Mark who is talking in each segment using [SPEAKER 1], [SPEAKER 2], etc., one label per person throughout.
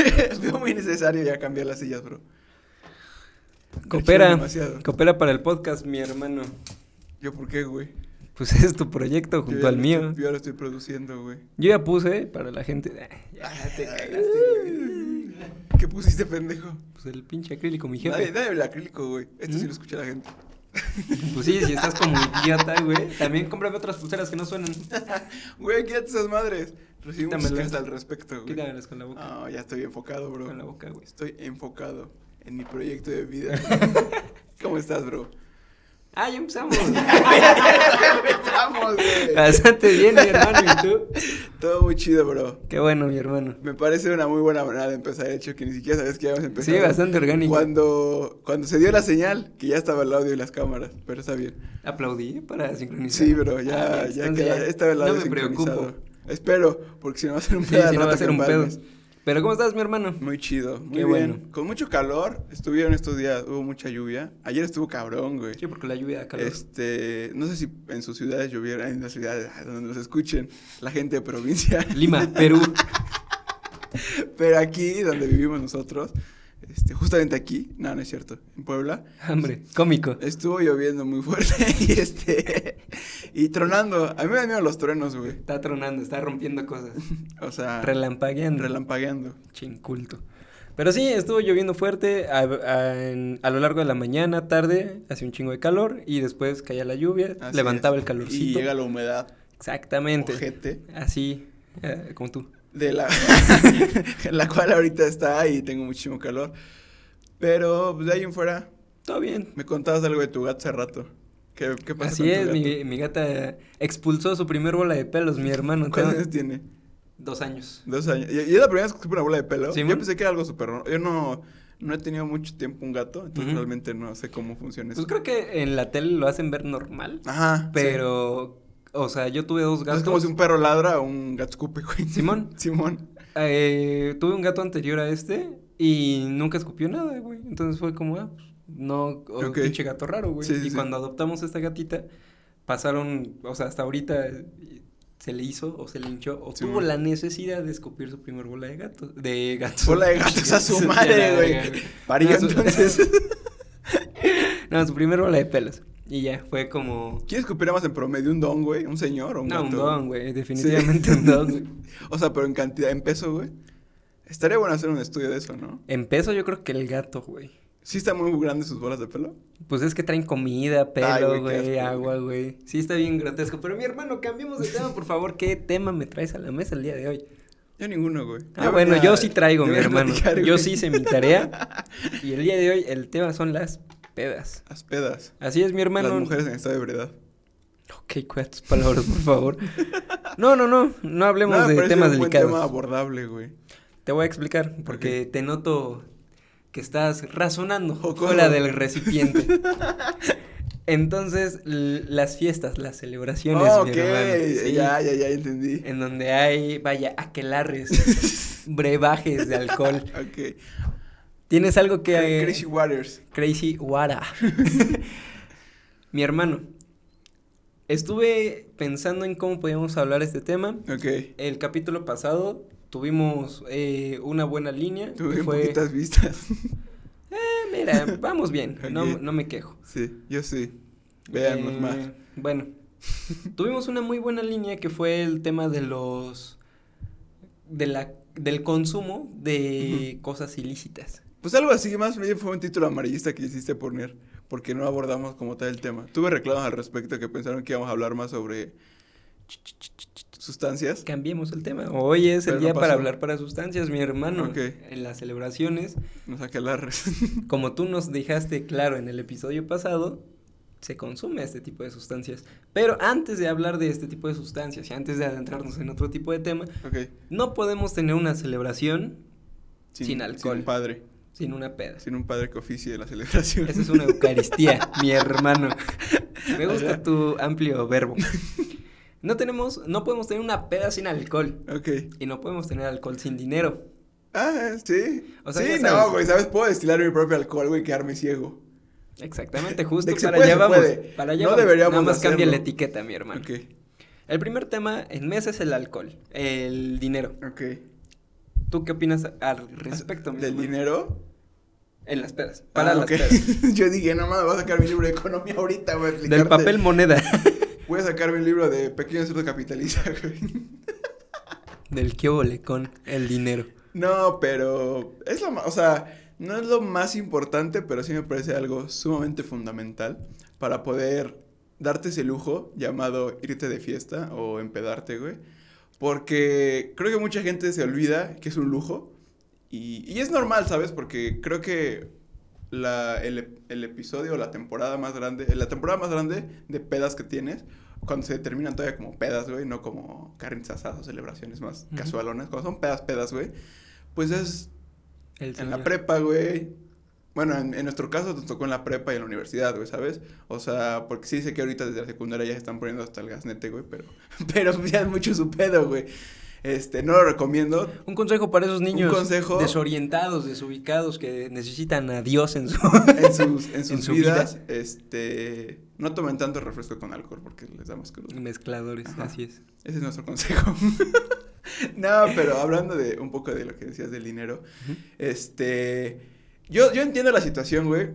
[SPEAKER 1] Veo muy necesario ya cambiar las sillas, bro.
[SPEAKER 2] Coopera,
[SPEAKER 1] demasiado.
[SPEAKER 2] coopera para el podcast, mi hermano.
[SPEAKER 1] ¿Yo por qué, güey?
[SPEAKER 2] Pues es tu proyecto
[SPEAKER 1] Yo
[SPEAKER 2] junto
[SPEAKER 1] ya
[SPEAKER 2] al
[SPEAKER 1] lo
[SPEAKER 2] mío.
[SPEAKER 1] estoy- yo ya lo estoy produciendo, güey.
[SPEAKER 2] Yo ya puse eh, para la gente. Ya,
[SPEAKER 1] Ah,
[SPEAKER 2] te
[SPEAKER 1] te
[SPEAKER 2] cagaste.
[SPEAKER 1] cagaste. ¿Qué pusiste, pendejo?
[SPEAKER 2] Pues el pinche acrílico, mi jefe.
[SPEAKER 1] Dale, dale el acrílico, güey. Esto sí
[SPEAKER 2] ¿Mm?
[SPEAKER 1] lo escucha la gente.
[SPEAKER 2] Pues sí, si estás como idiota, güey. También cómprame otras pulseras que no suenan.
[SPEAKER 1] Ah, Güey, quítate esas madres. Recibimos
[SPEAKER 2] Quítamela.
[SPEAKER 1] muchas al respecto, güey.
[SPEAKER 2] Quítamelas con la boca.
[SPEAKER 1] Ah, ya estoy enfocado, bro.
[SPEAKER 2] Con la boca, güey.
[SPEAKER 1] Estoy enfocado en mi proyecto de vida. ¿Cómo estás, bro?
[SPEAKER 2] Ah, ya empezamos.
[SPEAKER 1] Estamos, güey.
[SPEAKER 2] Bastante bien, mi hermano. ¿Y tú?
[SPEAKER 1] Todo muy chido, bro.
[SPEAKER 2] Qué bueno, mi hermano.
[SPEAKER 1] Me parece una muy buena manera de empezar, de hecho, que ni siquiera sabes que habíamos empezado.
[SPEAKER 2] Sí, bastante orgánico.
[SPEAKER 1] Cuando, cuando se dio la señal, que ya estaba el audio y las cámaras, pero está bien.
[SPEAKER 2] Aplaudí para sincronizar.
[SPEAKER 1] Sí, bro, ya,
[SPEAKER 2] Ah, bien,
[SPEAKER 1] ya
[SPEAKER 2] entonces
[SPEAKER 1] queda, esta vez el
[SPEAKER 2] No
[SPEAKER 1] audio
[SPEAKER 2] me
[SPEAKER 1] sincronizado.
[SPEAKER 2] preocupo.
[SPEAKER 1] Espero, porque si no va a ser un
[SPEAKER 2] Sí,
[SPEAKER 1] pedo. al
[SPEAKER 2] si no va
[SPEAKER 1] rato
[SPEAKER 2] a ser
[SPEAKER 1] que
[SPEAKER 2] un pedo.
[SPEAKER 1] empalmes.
[SPEAKER 2] Pero ¿cómo estás, mi hermano?
[SPEAKER 1] Muy chido, muy
[SPEAKER 2] Qué
[SPEAKER 1] bien.
[SPEAKER 2] bueno.
[SPEAKER 1] Con mucho calor, estuvieron estos días, hubo mucha lluvia. Ayer estuvo cabrón, güey.
[SPEAKER 2] Sí, porque la lluvia da calor.
[SPEAKER 1] Este, no sé si en sus ciudades lloviera, en las ciudades ah, donde nos escuchen, la gente de provincia,
[SPEAKER 2] Lima, Perú.
[SPEAKER 1] pero aquí donde vivimos nosotros, este, justamente aquí, no, no es cierto, en Puebla,
[SPEAKER 2] Hombre, cómico.
[SPEAKER 1] estuvo lloviendo muy fuerte y este, y tronando, a mí me dan miedo los truenos, güey,
[SPEAKER 2] Está tronando, está rompiendo cosas.
[SPEAKER 1] o sea,
[SPEAKER 2] Relampagueando.
[SPEAKER 1] relampagueando.
[SPEAKER 2] Chinculto. Pero sí, estuvo lloviendo fuerte a, a- en- a lo largo de la mañana, tarde, hacía un chingo de calor y después caía la lluvia,
[SPEAKER 1] Así
[SPEAKER 2] levantaba
[SPEAKER 1] es.
[SPEAKER 2] el
[SPEAKER 1] Y
[SPEAKER 2] calorcito.
[SPEAKER 1] llega la humedad,
[SPEAKER 2] Exactamente.
[SPEAKER 1] ojete.
[SPEAKER 2] Así, eh, como tú.
[SPEAKER 1] de la, la cual ahorita está y tengo muchísimo calor. Pero pues, de ahí en fuera,
[SPEAKER 2] Todo bien.
[SPEAKER 1] me contabas algo de tu gato hace rato. ¿Qué, qué pasa
[SPEAKER 2] Así
[SPEAKER 1] con tu
[SPEAKER 2] es,
[SPEAKER 1] gato?
[SPEAKER 2] mi, mi gata expulsó su primer bola de pelos, mi hermano.
[SPEAKER 1] ¿Cuántos
[SPEAKER 2] tengo
[SPEAKER 1] años tiene?
[SPEAKER 2] Dos años.
[SPEAKER 1] Dos años. ¿Y, y es la primera vez que escucho una bola de pelo?
[SPEAKER 2] Sí,
[SPEAKER 1] yo
[SPEAKER 2] mon.
[SPEAKER 1] pensé que era algo súper... no- Yo no, no he tenido mucho tiempo un gato, entonces
[SPEAKER 2] Ujú.
[SPEAKER 1] realmente no sé cómo funciona eso.
[SPEAKER 2] Pues creo que en la tele lo hacen ver normal,
[SPEAKER 1] Ajá. sí.
[SPEAKER 2] pero, o sea, yo tuve dos
[SPEAKER 1] No
[SPEAKER 2] gatos.
[SPEAKER 1] es como si un perro ladra o un gato escupe, güey.
[SPEAKER 2] Simón.
[SPEAKER 1] Simón.
[SPEAKER 2] Eh, tuve un gato anterior a este y nunca escupió nada, güey. Entonces fue como, ah, pues, no, o-
[SPEAKER 1] Ok.
[SPEAKER 2] pinche gato raro, güey.
[SPEAKER 1] Sí, sí,
[SPEAKER 2] y
[SPEAKER 1] sí.
[SPEAKER 2] cuando adoptamos esta gatita, pasaron, o sea, hasta ahorita eh, se le hizo o se le hinchó o
[SPEAKER 1] Sí,
[SPEAKER 2] tuvo
[SPEAKER 1] güey.
[SPEAKER 2] la necesidad de escupir su primer bola de gato. De gatos.
[SPEAKER 1] Bola de gatos a su
[SPEAKER 2] De la
[SPEAKER 1] madre,
[SPEAKER 2] verga,
[SPEAKER 1] güey. Parió
[SPEAKER 2] No, su-
[SPEAKER 1] entonces.
[SPEAKER 2] No, su primer bola de pelos. Y ya, fue como...
[SPEAKER 1] ¿Quién escupiera más en promedio? ¿Un don, güey? ¿Un señor o un
[SPEAKER 2] No,
[SPEAKER 1] gato?
[SPEAKER 2] un don, güey. Definitivamente un don, güey.
[SPEAKER 1] O sea, pero en cantidad, en peso, güey. Estaría bueno hacer un estudio de eso, ¿no?
[SPEAKER 2] En peso yo creo que el gato, güey.
[SPEAKER 1] Sí están muy grandes sus bolas de pelo.
[SPEAKER 2] Pues es que traen comida,
[SPEAKER 1] Ay,
[SPEAKER 2] pelo,
[SPEAKER 1] güey, qué
[SPEAKER 2] güey,
[SPEAKER 1] asco,
[SPEAKER 2] agua, güey. Sí, está bien grotesco. Pero mi hermano, cambiemos de tema, por favor. ¿Qué tema me traes a la mesa el día de hoy?
[SPEAKER 1] Yo ninguno, güey.
[SPEAKER 2] Ah, bueno,
[SPEAKER 1] venía-
[SPEAKER 2] yo sí traigo,
[SPEAKER 1] yo
[SPEAKER 2] mi
[SPEAKER 1] venía a
[SPEAKER 2] hermano.
[SPEAKER 1] platicar,
[SPEAKER 2] yo
[SPEAKER 1] güey.
[SPEAKER 2] sí hice mi tarea. Y el día de hoy el tema son las pedas.
[SPEAKER 1] Las pedas.
[SPEAKER 2] Así es, mi hermano.
[SPEAKER 1] Las mujeres en estado de ebriedad.
[SPEAKER 2] Ok, cuida tus palabras, por favor. No, no, no. No hablemos
[SPEAKER 1] No, me
[SPEAKER 2] de
[SPEAKER 1] parece
[SPEAKER 2] temas
[SPEAKER 1] un buen
[SPEAKER 2] delicados.
[SPEAKER 1] tema abordable, güey.
[SPEAKER 2] Te voy a explicar, porque te noto que estás razonando
[SPEAKER 1] Jocoso.
[SPEAKER 2] fuera del recipiente. Entonces, l- las fiestas, las celebraciones,
[SPEAKER 1] Ah,
[SPEAKER 2] mi
[SPEAKER 1] ok.
[SPEAKER 2] hermano, sí,
[SPEAKER 1] Ya, ya, ya entendí.
[SPEAKER 2] en donde hay, vaya, aquelarres, brebajes de alcohol.
[SPEAKER 1] Ok.
[SPEAKER 2] ¿Tienes algo que...
[SPEAKER 1] Cra- Crazy Waters.
[SPEAKER 2] Crazy Wara. mi hermano, estuve pensando en cómo podíamos hablar este tema.
[SPEAKER 1] Ok.
[SPEAKER 2] El capítulo pasado tuvimos eh, una buena línea. que
[SPEAKER 1] Tuve
[SPEAKER 2] fue-
[SPEAKER 1] poquitas vistas.
[SPEAKER 2] Ah, Mira, vamos bien, no,
[SPEAKER 1] Ok.
[SPEAKER 2] no me quejo.
[SPEAKER 1] sí, yo sí. Veamos
[SPEAKER 2] Eh,
[SPEAKER 1] más.
[SPEAKER 2] Bueno, tuvimos una muy buena línea que fue el tema de los... De la, del consumo de cosas ilícitas.
[SPEAKER 1] Pues algo así, más bien fue un título amarillista que hiciste poner, porque no abordamos como tal el tema. Tuve reclamos al respecto que pensaron que íbamos a hablar más sobre sustancias.
[SPEAKER 2] Cambiemos el tema. Hoy es
[SPEAKER 1] Pero
[SPEAKER 2] el
[SPEAKER 1] no
[SPEAKER 2] día para
[SPEAKER 1] pasó.
[SPEAKER 2] hablar para sustancias, mi hermano.
[SPEAKER 1] Ok.
[SPEAKER 2] En las celebraciones,
[SPEAKER 1] No saqué la res.
[SPEAKER 2] como tú nos dejaste claro en el episodio pasado, se consume este tipo de sustancias. Pero antes de hablar de este tipo de sustancias y antes de adentrarnos en otro tipo de tema,
[SPEAKER 1] Ok.
[SPEAKER 2] no podemos tener una celebración Sin alcohol.
[SPEAKER 1] Sin un padre.
[SPEAKER 2] sin una peda.
[SPEAKER 1] Sin un padre que oficie la celebración.
[SPEAKER 2] Esa es una Eucaristía, mi hermano. Me gusta
[SPEAKER 1] Ajá.
[SPEAKER 2] tu amplio verbo. No tenemos, no podemos tener una peda sin alcohol.
[SPEAKER 1] Ok.
[SPEAKER 2] Y no podemos tener alcohol sin dinero.
[SPEAKER 1] Ah, sí.
[SPEAKER 2] O sea, ya
[SPEAKER 1] sí,
[SPEAKER 2] sabes.
[SPEAKER 1] no, güey, ¿sabes? Puedo destilar mi propio alcohol, güey, y quedarme ciego.
[SPEAKER 2] Exactamente, justo
[SPEAKER 1] De que se
[SPEAKER 2] para
[SPEAKER 1] puede,
[SPEAKER 2] allá
[SPEAKER 1] se
[SPEAKER 2] vamos.
[SPEAKER 1] puede.
[SPEAKER 2] Para allá
[SPEAKER 1] No
[SPEAKER 2] vamos.
[SPEAKER 1] deberíamos
[SPEAKER 2] Nada más cambia la
[SPEAKER 1] hacerlo.
[SPEAKER 2] etiqueta, mi hermano.
[SPEAKER 1] Ok.
[SPEAKER 2] El primer tema en mesa es el alcohol, el dinero.
[SPEAKER 1] Ok.
[SPEAKER 2] ¿Tú qué opinas al respecto? mi
[SPEAKER 1] ¿Del
[SPEAKER 2] hermano?
[SPEAKER 1] dinero?
[SPEAKER 2] En las peras. Para
[SPEAKER 1] Ah,
[SPEAKER 2] las
[SPEAKER 1] ok.
[SPEAKER 2] peras.
[SPEAKER 1] Yo dije, no mames, voy a sacar mi libro de economía ahorita, voy a
[SPEAKER 2] Del
[SPEAKER 1] explicarte.
[SPEAKER 2] papel moneda.
[SPEAKER 1] Voy a sacar mi libro de Pequeño Cerdo Capitalista, güey.
[SPEAKER 2] Del qué obole con el dinero.
[SPEAKER 1] No, pero es lo más, o sea, no es lo más importante, pero sí me parece algo sumamente fundamental para poder darte ese lujo llamado irte de fiesta o empedarte, güey. Porque creo que mucha gente se olvida que es un lujo y, y es normal, ¿sabes? Porque creo que la, el, ep- el episodio, la temporada más grande, la temporada más grande de pedas que tienes, cuando se determinan todavía como pedas, güey, no como carnes asadas o celebraciones más
[SPEAKER 2] Ujú.
[SPEAKER 1] casualonas, cuando son pedas, pedas, güey, pues es
[SPEAKER 2] El
[SPEAKER 1] en
[SPEAKER 2] señor.
[SPEAKER 1] la prepa, güey. Bueno, en, en nuestro caso nos tocó en la prepa y en la universidad, güey, ¿sabes? O sea, porque sí sé que ahorita desde la secundaria ya se están poniendo hasta el gasnete, güey, pero, pero pues ya es mucho su pedo, güey. Este, no lo recomiendo.
[SPEAKER 2] Un consejo para esos niños
[SPEAKER 1] consejo.
[SPEAKER 2] desorientados, desubicados, que necesitan a Dios en su...
[SPEAKER 1] En sus, en sus
[SPEAKER 2] su vida.
[SPEAKER 1] vidas, este, no tomen tanto refresco con alcohol porque les da más crudo.
[SPEAKER 2] Mezcladores,
[SPEAKER 1] Ajá.
[SPEAKER 2] así es.
[SPEAKER 1] Ese es nuestro consejo. no, pero hablando de un poco de lo que decías del dinero,
[SPEAKER 2] Ujú.
[SPEAKER 1] este, yo, yo entiendo la situación, güey,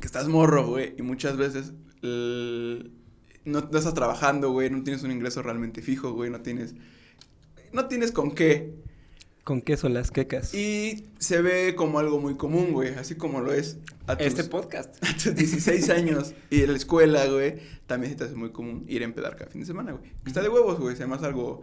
[SPEAKER 1] que estás morro, güey, y muchas veces l- no, no estás trabajando, güey, no tienes un ingreso realmente fijo, güey, no tienes, no tienes con qué.
[SPEAKER 2] Con queso las quecas.
[SPEAKER 1] Y se ve como algo muy común, güey, así como lo es a tus,
[SPEAKER 2] Este podcast.
[SPEAKER 1] a tus 16 años y en la escuela, güey, también se te hace muy común ir a empedar cada fin de semana, güey. Que Está de huevos, güey, se me hace algo,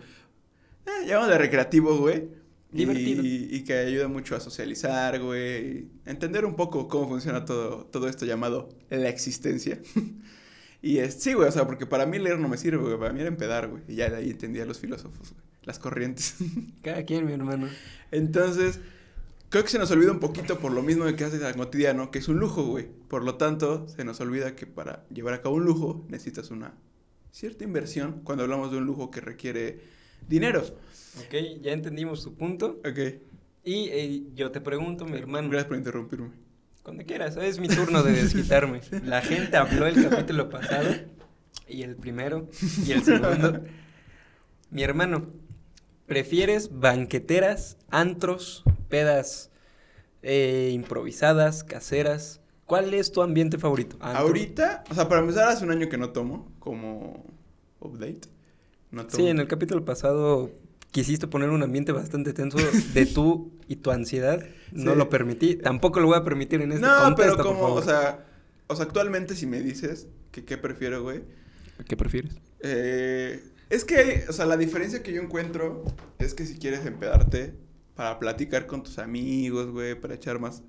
[SPEAKER 1] eh, llamémosle recreativo, güey. y-
[SPEAKER 2] Divertido.
[SPEAKER 1] Y, que ayuda mucho a socializar, güey, y entender un poco cómo funciona todo, todo esto llamado la existencia. y es, sí, güey, o sea, porque para mí leer no me sirve, güey, para mí era empedar, güey. Y ya de ahí entendía a los filósofos, güey, las corrientes.
[SPEAKER 2] Cada quien, mi hermano.
[SPEAKER 1] Entonces, creo que se nos olvida un poquito por lo mismo de que haces al cotidiano, que es un lujo, güey. Por lo tanto, se nos olvida que para llevar a cabo un lujo necesitas una cierta inversión cuando hablamos de un lujo que requiere dinero.
[SPEAKER 2] Ok, ya entendimos tu punto.
[SPEAKER 1] Ok,
[SPEAKER 2] Y eh, yo te pregunto, mi hermano,
[SPEAKER 1] gracias por interrumpirme.
[SPEAKER 2] cuando quieras, es mi turno de desquitarme. La gente habló el capítulo pasado, y el primero, y el segundo. Mi hermano, ¿prefieres banqueteras, antros, pedas eh, improvisadas, caseras? ¿Cuál es tu ambiente favorito? ¿Antro?
[SPEAKER 1] Ahorita, o sea, para empezar, hace un año que no tomo como update. No tomo.
[SPEAKER 2] Sí, en el capítulo pasado quisiste poner un ambiente bastante tenso de tú y tu ansiedad. No
[SPEAKER 1] Sí.
[SPEAKER 2] lo permití. Tampoco lo voy a permitir en este
[SPEAKER 1] no, pero
[SPEAKER 2] contexto, por
[SPEAKER 1] como,
[SPEAKER 2] favor.
[SPEAKER 1] o sea, o sea, actualmente si me dices que qué prefiero, güey,
[SPEAKER 2] ¿Qué prefieres?
[SPEAKER 1] Eh, es que, o sea, la diferencia que yo encuentro es que si quieres empedarte para platicar con tus amigos, güey, para echar más...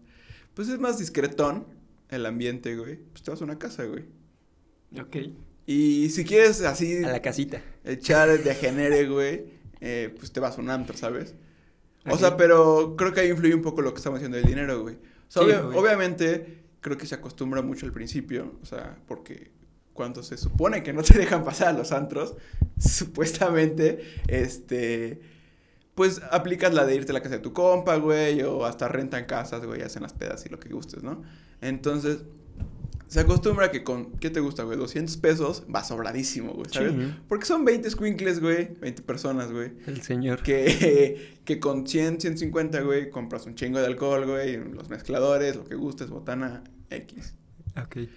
[SPEAKER 1] Pues es más discretón el ambiente, güey. Pues te vas a una casa, güey.
[SPEAKER 2] Ok.
[SPEAKER 1] Y si quieres así
[SPEAKER 2] A la casita.
[SPEAKER 1] echar de genere, güey, eh, pues te vas a un antro, ¿sabes? O
[SPEAKER 2] Ok.
[SPEAKER 1] sea, pero creo que ahí influye un poco lo que estamos haciendo del dinero, güey. O sea,
[SPEAKER 2] Sí,
[SPEAKER 1] obvia-
[SPEAKER 2] güey.
[SPEAKER 1] obviamente, creo que se acostumbra mucho al principio, o sea, porque cuando se supone que no te dejan pasar a los antros, supuestamente, este, pues aplicas la de irte a la casa de tu compa, güey, o hasta rentan casas, güey, hacen las pedas y lo que gustes, ¿no? Entonces, se acostumbra que con, ¿qué te gusta, güey? 200 pesos, va sobradísimo, güey, ¿sabes?
[SPEAKER 2] Sí.
[SPEAKER 1] Porque son 20 squinkles, güey, 20 personas, güey.
[SPEAKER 2] El señor.
[SPEAKER 1] Que, que con 100, 150, güey, compras un chingo de alcohol, güey, los mezcladores, lo que gustes, botana, X.
[SPEAKER 2] Ok.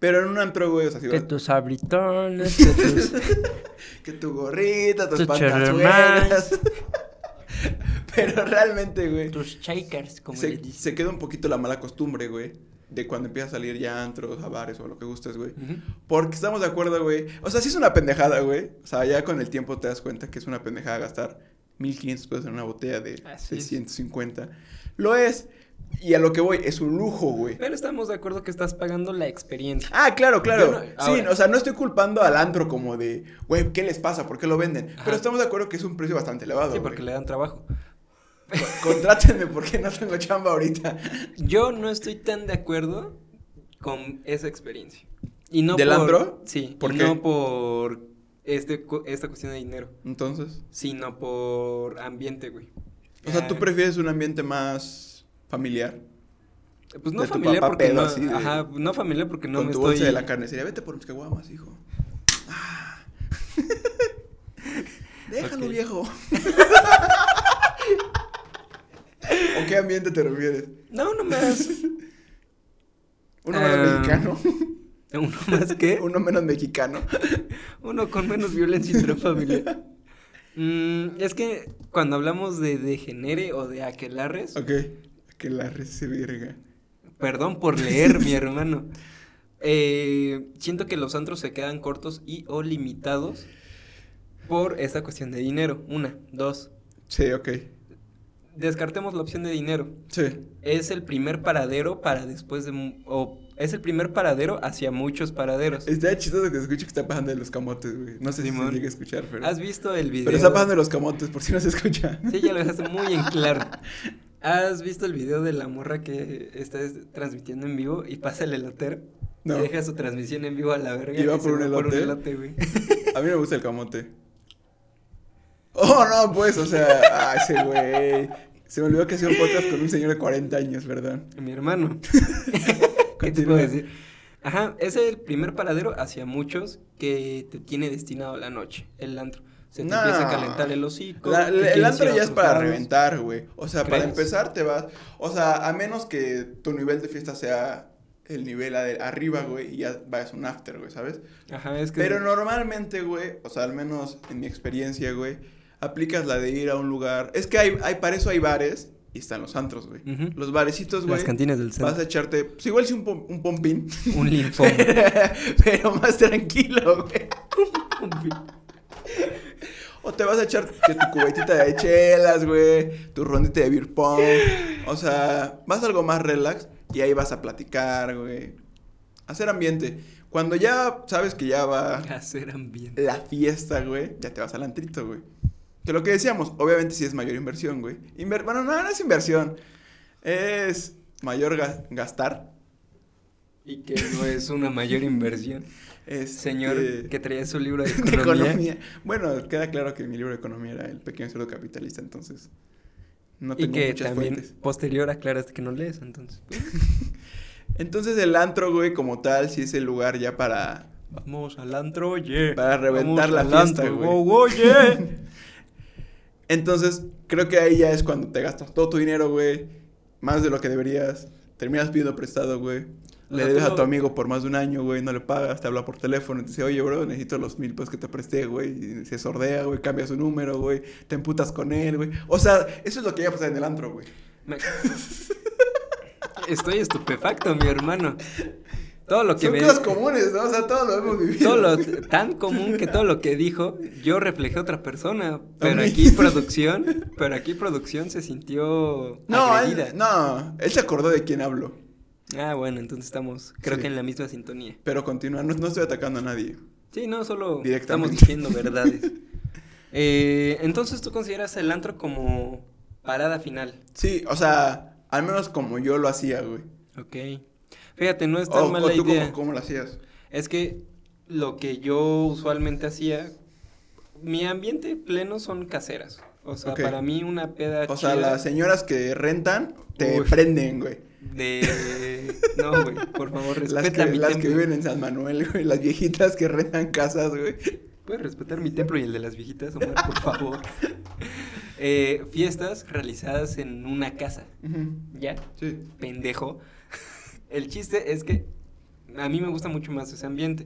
[SPEAKER 1] Pero en un antro, güey, o sea, si vas-
[SPEAKER 2] tus abritones, que tus...
[SPEAKER 1] que tu gorrita, tus
[SPEAKER 2] Tus
[SPEAKER 1] pancazuelas. Pero realmente, güey,
[SPEAKER 2] tus shakers, como le
[SPEAKER 1] se,
[SPEAKER 2] dicen.
[SPEAKER 1] se queda un poquito la mala costumbre, güey, de cuando empiezas a salir ya a antros, a bares o a lo que gustes, güey. Porque estamos de acuerdo, güey. O sea, sí es una pendejada, güey. O sea, ya con el tiempo te das cuenta que es una pendejada gastar 1500 pesos en una botella de,
[SPEAKER 2] Así
[SPEAKER 1] de
[SPEAKER 2] es.
[SPEAKER 1] 150. Lo es. Y a lo que voy, es un lujo, güey.
[SPEAKER 2] Pero estamos de acuerdo que estás pagando la experiencia.
[SPEAKER 1] Ah, claro, claro.
[SPEAKER 2] Yo no-
[SPEAKER 1] sí,
[SPEAKER 2] ahora.
[SPEAKER 1] o sea, no estoy culpando al antro como de, güey, ¿qué les pasa? ¿Por qué lo venden?
[SPEAKER 2] Ajá.
[SPEAKER 1] Pero estamos de acuerdo que es un precio bastante elevado.
[SPEAKER 2] Sí, porque le dan trabajo.
[SPEAKER 1] Contrátenme porque no tengo chamba ahorita.
[SPEAKER 2] Yo no estoy tan de acuerdo con esa experiencia. Y no
[SPEAKER 1] ¿Del
[SPEAKER 2] por,
[SPEAKER 1] antro?
[SPEAKER 2] Sí.
[SPEAKER 1] ¿Por
[SPEAKER 2] y
[SPEAKER 1] qué?
[SPEAKER 2] No por este, cu- esta cuestión de dinero,
[SPEAKER 1] Entonces,
[SPEAKER 2] sino por ambiente, güey.
[SPEAKER 1] o sea, ¿tú
[SPEAKER 2] Ah,
[SPEAKER 1] prefieres un ambiente más familiar?
[SPEAKER 2] Pues no
[SPEAKER 1] de tu
[SPEAKER 2] familiar
[SPEAKER 1] papá
[SPEAKER 2] porque
[SPEAKER 1] pedo
[SPEAKER 2] no,
[SPEAKER 1] así de-
[SPEAKER 2] ajá, no familiar porque no
[SPEAKER 1] con
[SPEAKER 2] me
[SPEAKER 1] tu
[SPEAKER 2] estoy
[SPEAKER 1] bolsa de la carnicería. Vete por mis caguamas, hijo. Ah. Déjalo,
[SPEAKER 2] Ok.
[SPEAKER 1] viejo. ¿O qué ambiente te refieres?
[SPEAKER 2] No, no más.
[SPEAKER 1] ¿Uno menos
[SPEAKER 2] Ah.
[SPEAKER 1] mexicano?
[SPEAKER 2] ¿Uno más qué?
[SPEAKER 1] ¿Uno menos mexicano?
[SPEAKER 2] Uno con menos violencia intrafamiliar. Mm, es que cuando hablamos de degenere o de aquelarres,
[SPEAKER 1] Ok. Que la recibirga.
[SPEAKER 2] perdón por leer, mi hermano. eh, siento que los antros se quedan cortos y o limitados por esta cuestión de dinero. Una, dos.
[SPEAKER 1] Sí, ok.
[SPEAKER 2] Descartemos la opción de dinero.
[SPEAKER 1] Sí.
[SPEAKER 2] Es el primer paradero para después de... mu- o es el primer paradero hacia muchos paraderos.
[SPEAKER 1] Está chistoso que se escuche que está pasando de los camotes, güey. No sé si
[SPEAKER 2] Simón.
[SPEAKER 1] se llega a escuchar, pero.
[SPEAKER 2] ¿Has visto el video?
[SPEAKER 1] Pero está pasando de los camotes, por si no se escucha.
[SPEAKER 2] Sí, ya lo dejaste muy en claro. ¿Has visto el video de la morra que está es- transmitiendo en vivo y pasa el elotero?
[SPEAKER 1] No.
[SPEAKER 2] Y deja su transmisión en vivo a la verga.
[SPEAKER 1] Y va
[SPEAKER 2] se
[SPEAKER 1] por un elote.
[SPEAKER 2] elote, güey.
[SPEAKER 1] A mí me gusta el camote. Oh, no, pues, o sea, ah, ese güey. Se me olvidó que hacía un podcast con un señor de 40 años, ¿verdad?
[SPEAKER 2] Mi hermano. ¿Qué te
[SPEAKER 1] Continúa.
[SPEAKER 2] puedo decir? Ajá, es el primer paradero hacia muchos que te tiene destinado a la noche, el antro. Se te
[SPEAKER 1] No.
[SPEAKER 2] empieza a calentar el hocico.
[SPEAKER 1] La-
[SPEAKER 2] te
[SPEAKER 1] la- el
[SPEAKER 2] quieres
[SPEAKER 1] antro
[SPEAKER 2] ir a
[SPEAKER 1] ya es
[SPEAKER 2] otros
[SPEAKER 1] para
[SPEAKER 2] lados.
[SPEAKER 1] reventar, güey. O sea, para
[SPEAKER 2] ¿Crees?
[SPEAKER 1] empezar te vas. O sea, a menos que tu nivel de fiesta sea el nivel ade- arriba, güey, y ya vayas a un after, güey, ¿sabes?
[SPEAKER 2] Ajá, es que.
[SPEAKER 1] Pero normalmente, güey, o sea, al menos en mi experiencia, güey, aplicas la de ir a un lugar. Es que hay, hay para eso hay bares y están los antros, güey.
[SPEAKER 2] Ujú.
[SPEAKER 1] Los barecitos, güey.
[SPEAKER 2] Las cantinas del
[SPEAKER 1] Vas a
[SPEAKER 2] centro.
[SPEAKER 1] echarte, pues igual si un, pom- un pompín,
[SPEAKER 2] Un linfoma.
[SPEAKER 1] pero más tranquilo, güey. O te vas a echar que tu cubetita de chelas, güey, tu rondita de beer pong. O sea, vas a algo más relax y ahí vas a platicar, güey. Hacer ambiente. Cuando ya sabes que ya va
[SPEAKER 2] Hacer ambiente.
[SPEAKER 1] la fiesta, güey, ya te vas al antrito, güey. Que lo que decíamos, obviamente sí es mayor inversión, güey. Inver- bueno, no, no es inversión. Es mayor ga- gastar.
[SPEAKER 2] Y que no es una mayor inversión.
[SPEAKER 1] Este,
[SPEAKER 2] Señor que traía su libro de
[SPEAKER 1] de
[SPEAKER 2] economía.
[SPEAKER 1] economía. Bueno, queda claro que mi libro de economía era el pequeño cerdo capitalista, entonces no
[SPEAKER 2] y
[SPEAKER 1] tengo
[SPEAKER 2] que
[SPEAKER 1] muchas
[SPEAKER 2] también
[SPEAKER 1] fuentes.
[SPEAKER 2] posterior aclaraste que no lees, entonces. pues,
[SPEAKER 1] Entonces el antro, güey, como tal, sí es el lugar ya para...
[SPEAKER 2] vamos al antro, oye.
[SPEAKER 1] Para reventar la fiesta, güey.
[SPEAKER 2] oye.
[SPEAKER 1] Entonces creo que ahí ya es cuando te gastas todo tu dinero, güey, más de lo que deberías, terminas pidiendo prestado, güey.
[SPEAKER 2] O
[SPEAKER 1] Le
[SPEAKER 2] sea,
[SPEAKER 1] debes
[SPEAKER 2] tú
[SPEAKER 1] a
[SPEAKER 2] lo-
[SPEAKER 1] tu amigo por más de un año, güey, no le pagas, te habla por teléfono y te dice, oye, bro, necesito los mil pesos que te presté, güey. y Se sordea, güey, cambia su número, güey, te emputas con él, güey. O sea, eso es lo que ya pasa en el antro, güey.
[SPEAKER 2] Me- Estoy estupefacto, mi hermano. Todo lo que
[SPEAKER 1] Son
[SPEAKER 2] me
[SPEAKER 1] cosas comunes, ¿no? O sea, todos lo hemos vivido.
[SPEAKER 2] todo lo tan común que todo lo que dijo, yo reflejé a otra persona, pero
[SPEAKER 1] Ok.
[SPEAKER 2] aquí producción, pero aquí producción se sintió
[SPEAKER 1] No, él-
[SPEAKER 2] agredida.
[SPEAKER 1] no, él se acordó de quién hablo.
[SPEAKER 2] Ah, bueno, entonces estamos creo
[SPEAKER 1] Sí.
[SPEAKER 2] que en la misma sintonía.
[SPEAKER 1] Pero continúa, no, no estoy atacando a nadie.
[SPEAKER 2] Sí, no, solo estamos
[SPEAKER 1] Directamente.
[SPEAKER 2] diciendo verdades. Eh, entonces, ¿tú consideras el antro como parada final?
[SPEAKER 1] Sí, o sea, al menos como yo lo hacía, güey.
[SPEAKER 2] Ok. Fíjate, no es
[SPEAKER 1] O,
[SPEAKER 2] tan
[SPEAKER 1] o
[SPEAKER 2] mala
[SPEAKER 1] tú
[SPEAKER 2] idea.
[SPEAKER 1] Cómo, cómo lo hacías.
[SPEAKER 2] Es que lo que yo usualmente hacía, mi ambiente pleno son caseras. O sea,
[SPEAKER 1] Ok.
[SPEAKER 2] para mí una peda
[SPEAKER 1] O sea,
[SPEAKER 2] chida
[SPEAKER 1] las señoras que rentan te
[SPEAKER 2] Uy.
[SPEAKER 1] prenden, güey.
[SPEAKER 2] de... No, güey, por favor,
[SPEAKER 1] Las,
[SPEAKER 2] respeta
[SPEAKER 1] que,
[SPEAKER 2] mi
[SPEAKER 1] las que
[SPEAKER 2] templo.
[SPEAKER 1] viven en San Manuel, güey. Las viejitas que rentan casas, güey.
[SPEAKER 2] ¿Puedes respetar mi templo y el de las viejitas, Omar, por favor? Eh, fiestas realizadas en una casa,
[SPEAKER 1] Ujú,
[SPEAKER 2] ¿ya?
[SPEAKER 1] Sí.
[SPEAKER 2] pendejo. El chiste es que a mí me gusta mucho más ese ambiente.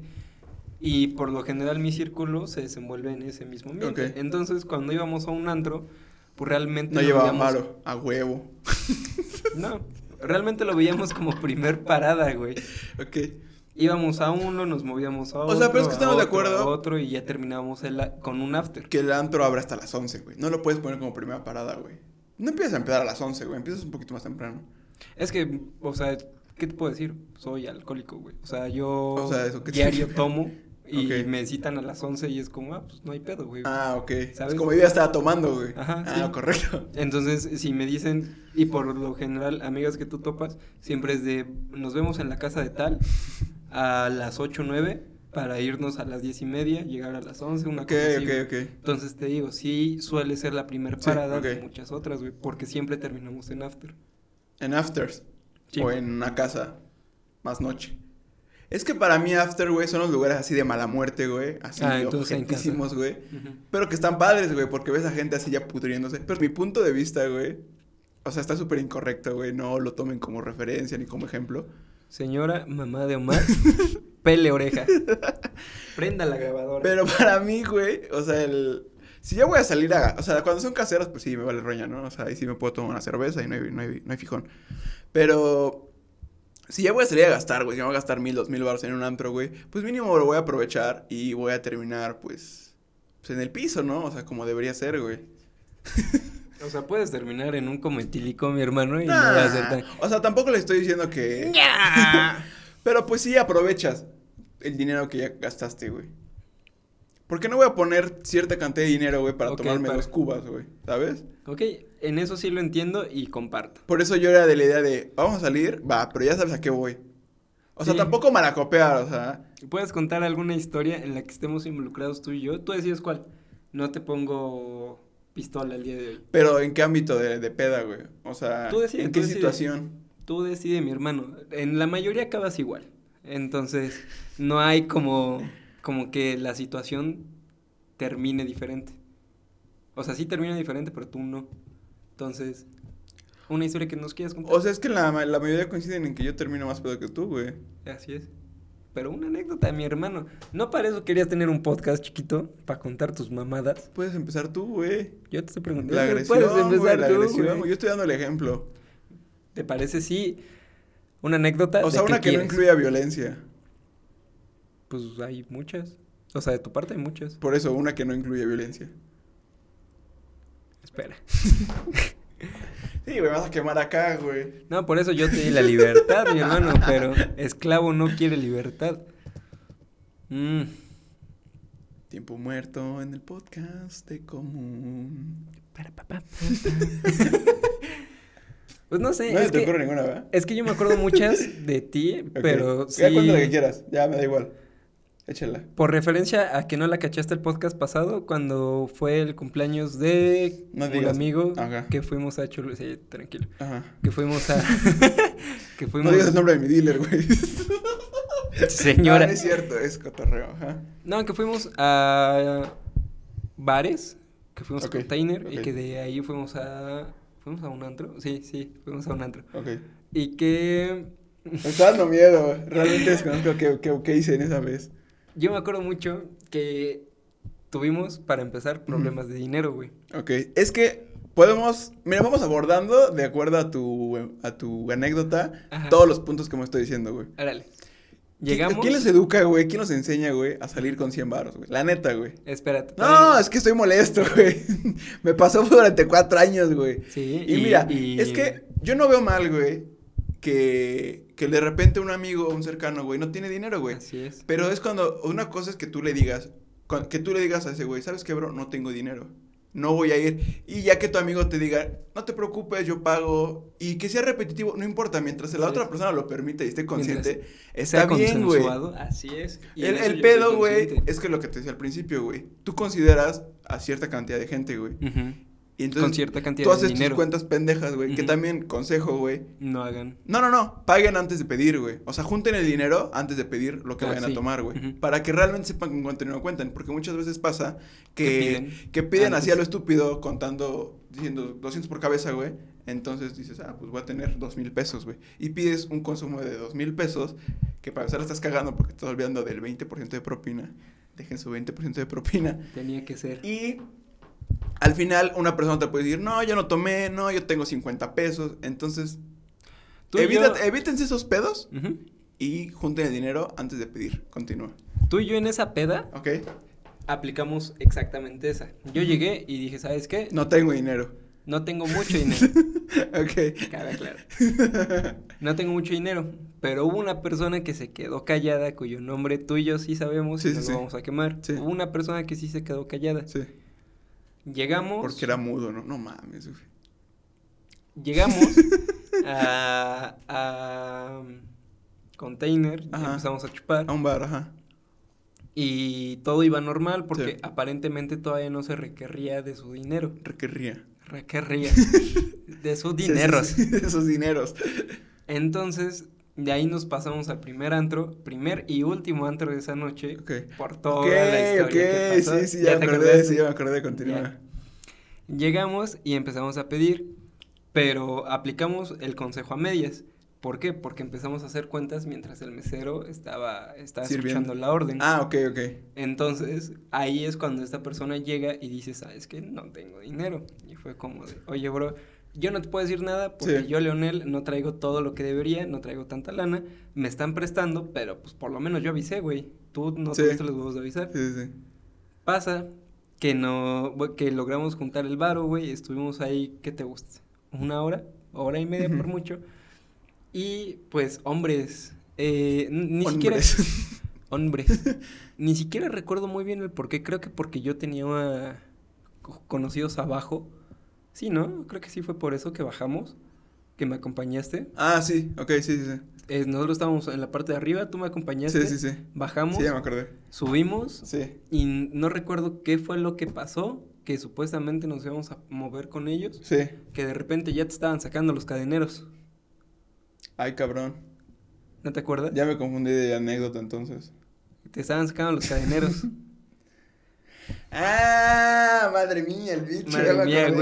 [SPEAKER 2] Y por lo general mi círculo se desenvuelve en ese mismo ambiente.
[SPEAKER 1] Ok.
[SPEAKER 2] Entonces, cuando íbamos a un antro, pues realmente
[SPEAKER 1] No llevaba
[SPEAKER 2] veíamos-
[SPEAKER 1] maro, a huevo.
[SPEAKER 2] No, realmente lo veíamos como primer parada, güey.
[SPEAKER 1] Ok.
[SPEAKER 2] Íbamos a uno, nos movíamos a
[SPEAKER 1] O
[SPEAKER 2] otro.
[SPEAKER 1] sea, pero es que
[SPEAKER 2] a
[SPEAKER 1] estamos de
[SPEAKER 2] otro,
[SPEAKER 1] acuerdo.
[SPEAKER 2] a otro y ya terminábamos el a- con un after.
[SPEAKER 1] Que el antro abre hasta las 11, güey. No lo puedes poner como primera parada, güey. No empiezas a empezar a las 11, güey. Empiezas un poquito más temprano.
[SPEAKER 2] Es que, o sea, ¿qué te puedo decir? Soy alcohólico, güey. O sea, yo
[SPEAKER 1] O sea, ¿eso qué te-
[SPEAKER 2] diario tomo y
[SPEAKER 1] Ok.
[SPEAKER 2] me citan a las 11 y es como, ah, pues no hay pedo, güey.
[SPEAKER 1] Ah, ok.
[SPEAKER 2] ¿Sabes?
[SPEAKER 1] Es como yo ya estaba tomando, güey.
[SPEAKER 2] Ajá,
[SPEAKER 1] Ah,
[SPEAKER 2] sí.
[SPEAKER 1] correcto.
[SPEAKER 2] Entonces, si me dicen, y por lo general, amigas que tú topas, siempre es de, nos vemos en la casa de tal a las 8 o 9 para irnos a las 10 y media, llegar a las 11, una
[SPEAKER 1] Ok,
[SPEAKER 2] cosa así,
[SPEAKER 1] ok,
[SPEAKER 2] güey.
[SPEAKER 1] ok.
[SPEAKER 2] Entonces te digo, sí suele ser la primera
[SPEAKER 1] Sí,
[SPEAKER 2] parada
[SPEAKER 1] ok.
[SPEAKER 2] de muchas otras, güey, porque siempre terminamos en after.
[SPEAKER 1] En afters.
[SPEAKER 2] Sí,
[SPEAKER 1] o
[SPEAKER 2] güey.
[SPEAKER 1] en una casa más noche. Es que para mí after, güey, son los lugares así de mala muerte, güey. Así
[SPEAKER 2] Ah,
[SPEAKER 1] de
[SPEAKER 2] entonces en casa.
[SPEAKER 1] objetísimos, güey.
[SPEAKER 2] Ujú.
[SPEAKER 1] Pero que están padres, güey, porque ves a gente así ya pudriéndose. Pero mi punto de vista, güey, o sea, está súper incorrecto, güey. No lo tomen como referencia ni como ejemplo.
[SPEAKER 2] Señora mamá de Omar, pele oreja. Prenda la grabadora.
[SPEAKER 1] Pero para mí, güey, o sea, el... Si ya voy a salir a... O sea, cuando son caseros, pues sí, me vale roña, ¿no? O sea, ahí sí me puedo tomar una cerveza y no hay, no hay, no hay fijón. Pero... Si ya voy a salir a gastar, güey, si me voy a gastar mil, dos mil baros en un antro, güey, pues mínimo lo voy a aprovechar y voy a terminar, pues, pues en el piso, ¿no? O sea, como debería ser, güey.
[SPEAKER 2] O sea, puedes terminar en un cometílico, mi hermano, y
[SPEAKER 1] Nah,
[SPEAKER 2] no vas a ser tan...
[SPEAKER 1] O sea, tampoco le estoy diciendo que... Pero pues sí aprovechas el dinero que ya gastaste, güey. Porque no voy a poner cierta cantidad de dinero, güey, para
[SPEAKER 2] Ok,
[SPEAKER 1] tomarme
[SPEAKER 2] para-
[SPEAKER 1] dos cubas, güey? ¿Sabes?
[SPEAKER 2] ok, en eso sí lo entiendo y comparto.
[SPEAKER 1] Por eso yo era de la idea de, vamos a salir, va, pero ya sabes a qué voy. O sea,
[SPEAKER 2] Sí.
[SPEAKER 1] tampoco malacopear, o sea.
[SPEAKER 2] ¿Puedes contar alguna historia en la que estemos involucrados tú y yo? Tú decides cuál. No te pongo pistola el día de hoy.
[SPEAKER 1] Pero en qué ámbito de, de peda, güey. O sea,
[SPEAKER 2] Tú decides,
[SPEAKER 1] en
[SPEAKER 2] tú
[SPEAKER 1] qué
[SPEAKER 2] decides.
[SPEAKER 1] situación.
[SPEAKER 2] Tú decide, mi hermano. En la mayoría acabas igual. Entonces, no hay como, como que la situación termine diferente. O sea, sí termina diferente, pero tú no. Entonces, una historia que nos quieras contar.
[SPEAKER 1] O sea, es que la, ma- la mayoría coinciden en que yo termino más pedo que tú, güey.
[SPEAKER 2] Así es. Pero una anécdota, mi hermano. No para eso querías tener un podcast chiquito, para contar tus mamadas.
[SPEAKER 1] Puedes empezar tú, güey.
[SPEAKER 2] Yo te estoy preguntando.
[SPEAKER 1] La agresión,
[SPEAKER 2] puedes
[SPEAKER 1] güey,
[SPEAKER 2] empezar
[SPEAKER 1] la
[SPEAKER 2] tú,
[SPEAKER 1] agresión.
[SPEAKER 2] güey?
[SPEAKER 1] Yo estoy dando el ejemplo.
[SPEAKER 2] ¿Te parece si una anécdota?
[SPEAKER 1] O sea,
[SPEAKER 2] de
[SPEAKER 1] una que no
[SPEAKER 2] quieres?
[SPEAKER 1] incluya violencia.
[SPEAKER 2] Pues hay muchas. O sea, de tu parte hay muchas.
[SPEAKER 1] Por eso, una que no incluya violencia.
[SPEAKER 2] Espera.
[SPEAKER 1] Sí, güey, vas a quemar acá, güey.
[SPEAKER 2] No, por eso yo te di la libertad, mi hermano, pero esclavo no quiere libertad. Mm,
[SPEAKER 1] Tiempo muerto en el podcast de común.
[SPEAKER 2] para, pa, pa, pa, pa. Pues no sé,
[SPEAKER 1] no se
[SPEAKER 2] es,
[SPEAKER 1] te
[SPEAKER 2] que,
[SPEAKER 1] ocurre ninguna, ¿verdad?
[SPEAKER 2] es que yo me acuerdo muchas de ti,
[SPEAKER 1] Ok.
[SPEAKER 2] pero
[SPEAKER 1] Ya cuenta lo
[SPEAKER 2] sí-
[SPEAKER 1] que quieras, ya me da igual. Échala.
[SPEAKER 2] Por referencia a que no la cachaste el podcast pasado, cuando fue el cumpleaños de
[SPEAKER 1] No
[SPEAKER 2] un
[SPEAKER 1] digas.
[SPEAKER 2] amigo
[SPEAKER 1] Ajá.
[SPEAKER 2] que fuimos a Choluteca, sí, tranquilo,
[SPEAKER 1] Ajá.
[SPEAKER 2] que fuimos a, que
[SPEAKER 1] No
[SPEAKER 2] fuimos,
[SPEAKER 1] digas el nombre de mi dealer, güey. Ah,
[SPEAKER 2] señora,
[SPEAKER 1] No, no es cierto, es cotorreo, ajá.
[SPEAKER 2] no, que fuimos a bares, que fuimos
[SPEAKER 1] Ok,
[SPEAKER 2] a Container y
[SPEAKER 1] ok.
[SPEAKER 2] que de ahí fuimos a, fuimos a un antro, sí, sí, fuimos a un antro
[SPEAKER 1] Ok.
[SPEAKER 2] y que
[SPEAKER 1] Me está dando miedo, güey. realmente desconozco qué, qué, qué hice en esa vez.
[SPEAKER 2] yo me acuerdo mucho que tuvimos para empezar problemas de dinero, güey.
[SPEAKER 1] Ok, es que podemos, mira, vamos abordando de acuerdo a tu, a tu anécdota
[SPEAKER 2] Ajá.
[SPEAKER 1] todos los puntos que me estoy diciendo, güey.
[SPEAKER 2] Árale.
[SPEAKER 1] ¿Qui-
[SPEAKER 2] Llegamos.
[SPEAKER 1] ¿Quién los educa, güey? ¿Quién los enseña, güey, a salir con 100 baros, güey? La neta, güey.
[SPEAKER 2] Espérate.
[SPEAKER 1] No,
[SPEAKER 2] todavía-
[SPEAKER 1] es que estoy molesto, güey. Me pasó durante cuatro años, güey.
[SPEAKER 2] Sí,
[SPEAKER 1] Y, mira, es que yo no veo mal, güey, que, que de repente un amigo o un cercano, güey, no tiene dinero, güey.
[SPEAKER 2] Así es.
[SPEAKER 1] Pero es cuando, una cosa es que tú le digas, cu- que tú le digas a ese güey, ¿sabes qué, bro? No tengo dinero. No voy a ir. Y ya que tu amigo te diga, no te preocupes, yo pago. Y que sea repetitivo, no importa. Mientras la
[SPEAKER 2] Sí.
[SPEAKER 1] otra persona lo permite y esté
[SPEAKER 2] Mientras
[SPEAKER 1] consciente,
[SPEAKER 2] Sea
[SPEAKER 1] está bien, güey.
[SPEAKER 2] consensuado, Así es. Y
[SPEAKER 1] El,
[SPEAKER 2] en eso
[SPEAKER 1] el
[SPEAKER 2] yo
[SPEAKER 1] pedo,
[SPEAKER 2] soy
[SPEAKER 1] güey,
[SPEAKER 2] consciente.
[SPEAKER 1] es que lo que te decía al principio, güey. Tú consideras a cierta cantidad de gente, güey.
[SPEAKER 2] Ujú.
[SPEAKER 1] Y
[SPEAKER 2] Con
[SPEAKER 1] entonces
[SPEAKER 2] cierta cantidad
[SPEAKER 1] tú haces
[SPEAKER 2] de dinero.
[SPEAKER 1] tus cuentas pendejas, güey. Que
[SPEAKER 2] Ujú.
[SPEAKER 1] también, consejo, güey.
[SPEAKER 2] No hagan.
[SPEAKER 1] No, no, no. Paguen antes de pedir, güey. O sea, junten el dinero antes de pedir lo que
[SPEAKER 2] Ah,
[SPEAKER 1] vayan a
[SPEAKER 2] sí.
[SPEAKER 1] tomar, güey.
[SPEAKER 2] Ujú.
[SPEAKER 1] Para que realmente sepan con cuánto dinero cuentan. Porque muchas veces pasa que,
[SPEAKER 2] ¿Qué
[SPEAKER 1] que
[SPEAKER 2] piden?
[SPEAKER 1] piden, así
[SPEAKER 2] Antes.
[SPEAKER 1] a lo estúpido, contando, diciendo 200 por cabeza, güey. Entonces dices, ah, pues voy a tener dos mil pesos, güey. Y pides un consumo de dos mil pesos, que para empezar estás cagando porque estás olvidando del 20% de propina. Dejen su 20% de propina.
[SPEAKER 2] Tenía que ser.
[SPEAKER 1] Y al final una persona te puede decir, no, yo no tomé, no, yo tengo 50 pesos. Entonces,
[SPEAKER 2] Tú y
[SPEAKER 1] evita-
[SPEAKER 2] yo-
[SPEAKER 1] evítense esos pedos
[SPEAKER 2] Ujú.
[SPEAKER 1] y junten el dinero antes de pedir. Continúa.
[SPEAKER 2] Tú y yo en esa peda
[SPEAKER 1] ¿Ok?
[SPEAKER 2] aplicamos exactamente esa. Yo llegué y dije, ¿sabes qué?
[SPEAKER 1] No tengo dinero.
[SPEAKER 2] No tengo mucho dinero.
[SPEAKER 1] ok.
[SPEAKER 2] Cabe aclarar. No tengo mucho dinero, pero hubo una persona que se quedó callada, cuyo nombre tú y yo sí sabemos
[SPEAKER 1] Sí,
[SPEAKER 2] y
[SPEAKER 1] sí,
[SPEAKER 2] no
[SPEAKER 1] sí.
[SPEAKER 2] lo vamos a quemar.
[SPEAKER 1] Sí.
[SPEAKER 2] Hubo una persona que sí se quedó callada.
[SPEAKER 1] Sí.
[SPEAKER 2] Llegamos.
[SPEAKER 1] Porque era mudo, ¿no? No mames, güey.
[SPEAKER 2] Llegamos a, a um, container,
[SPEAKER 1] Ajá.
[SPEAKER 2] empezamos a chupar
[SPEAKER 1] A un bar, ajá.
[SPEAKER 2] y todo iba normal porque
[SPEAKER 1] Sí.
[SPEAKER 2] aparentemente todavía no se requerría de su dinero.
[SPEAKER 1] Requerría.
[SPEAKER 2] Requerría de sus
[SPEAKER 1] Sí, sí,
[SPEAKER 2] dineros.
[SPEAKER 1] sí, de Esos dineros.
[SPEAKER 2] Entonces, de ahí nos pasamos al primer antro, primer y último antro de esa noche.
[SPEAKER 1] Ok.
[SPEAKER 2] Por toda
[SPEAKER 1] Ok,
[SPEAKER 2] la
[SPEAKER 1] ok.
[SPEAKER 2] historia que pasó.
[SPEAKER 1] Sí, sí, ya,
[SPEAKER 2] te
[SPEAKER 1] me acordé.
[SPEAKER 2] acordaste?
[SPEAKER 1] Sí, ya me acordé. Continúa.
[SPEAKER 2] Llegamos y empezamos a pedir. pero aplicamos el consejo a medias. ¿Por qué? Porque empezamos a hacer cuentas mientras el mesero estaba, estaba
[SPEAKER 1] Sirviendo.
[SPEAKER 2] escuchando la orden.
[SPEAKER 1] Ah, ok, ok.
[SPEAKER 2] Entonces, ahí es cuando esta persona llega y dice, ¿sabes qué? No tengo dinero. Y fue como de, oye, bro, yo no te puedo decir nada porque
[SPEAKER 1] Sí.
[SPEAKER 2] yo, Leonel, no traigo todo lo que debería, no traigo tanta lana, me están prestando, pero pues por lo menos yo avisé, güey. Tú no
[SPEAKER 1] Sí.
[SPEAKER 2] tuviste los huevos de avisar.
[SPEAKER 1] Sí, sí, sí.
[SPEAKER 2] Pasa que no, bu- que logramos juntar el varo, güey, estuvimos ahí, ¿qué te gusta? Una hora, hora y media por
[SPEAKER 1] Ujú.
[SPEAKER 2] mucho. Y pues, hombres, eh, n- ni siquiera...
[SPEAKER 1] Hombres.
[SPEAKER 2] Hombres. Ni siquiera recuerdo muy bien el por qué. Creo que porque yo tenía ah, co- conocidos abajo. Sí, ¿no? Creo que sí fue por eso que bajamos. Que me acompañaste.
[SPEAKER 1] Ah, sí, ok, sí, sí, sí.
[SPEAKER 2] Eh, nosotros estábamos en la parte de arriba, tú me acompañaste.
[SPEAKER 1] Sí, sí, sí.
[SPEAKER 2] Bajamos,
[SPEAKER 1] Sí, ya me acordé.
[SPEAKER 2] subimos.
[SPEAKER 1] Sí.
[SPEAKER 2] Y n- no recuerdo qué fue lo que pasó. Que supuestamente nos íbamos a mover con ellos.
[SPEAKER 1] Sí.
[SPEAKER 2] Que de repente ya te estaban sacando los cadeneros.
[SPEAKER 1] Ay, cabrón.
[SPEAKER 2] ¿No te acuerdas?
[SPEAKER 1] Ya me confundí de anécdota entonces.
[SPEAKER 2] Te estaban sacando los cadeneros.
[SPEAKER 1] Ah, madre mía, el bicho. ya
[SPEAKER 2] Madre
[SPEAKER 1] me
[SPEAKER 2] mía,
[SPEAKER 1] acordé,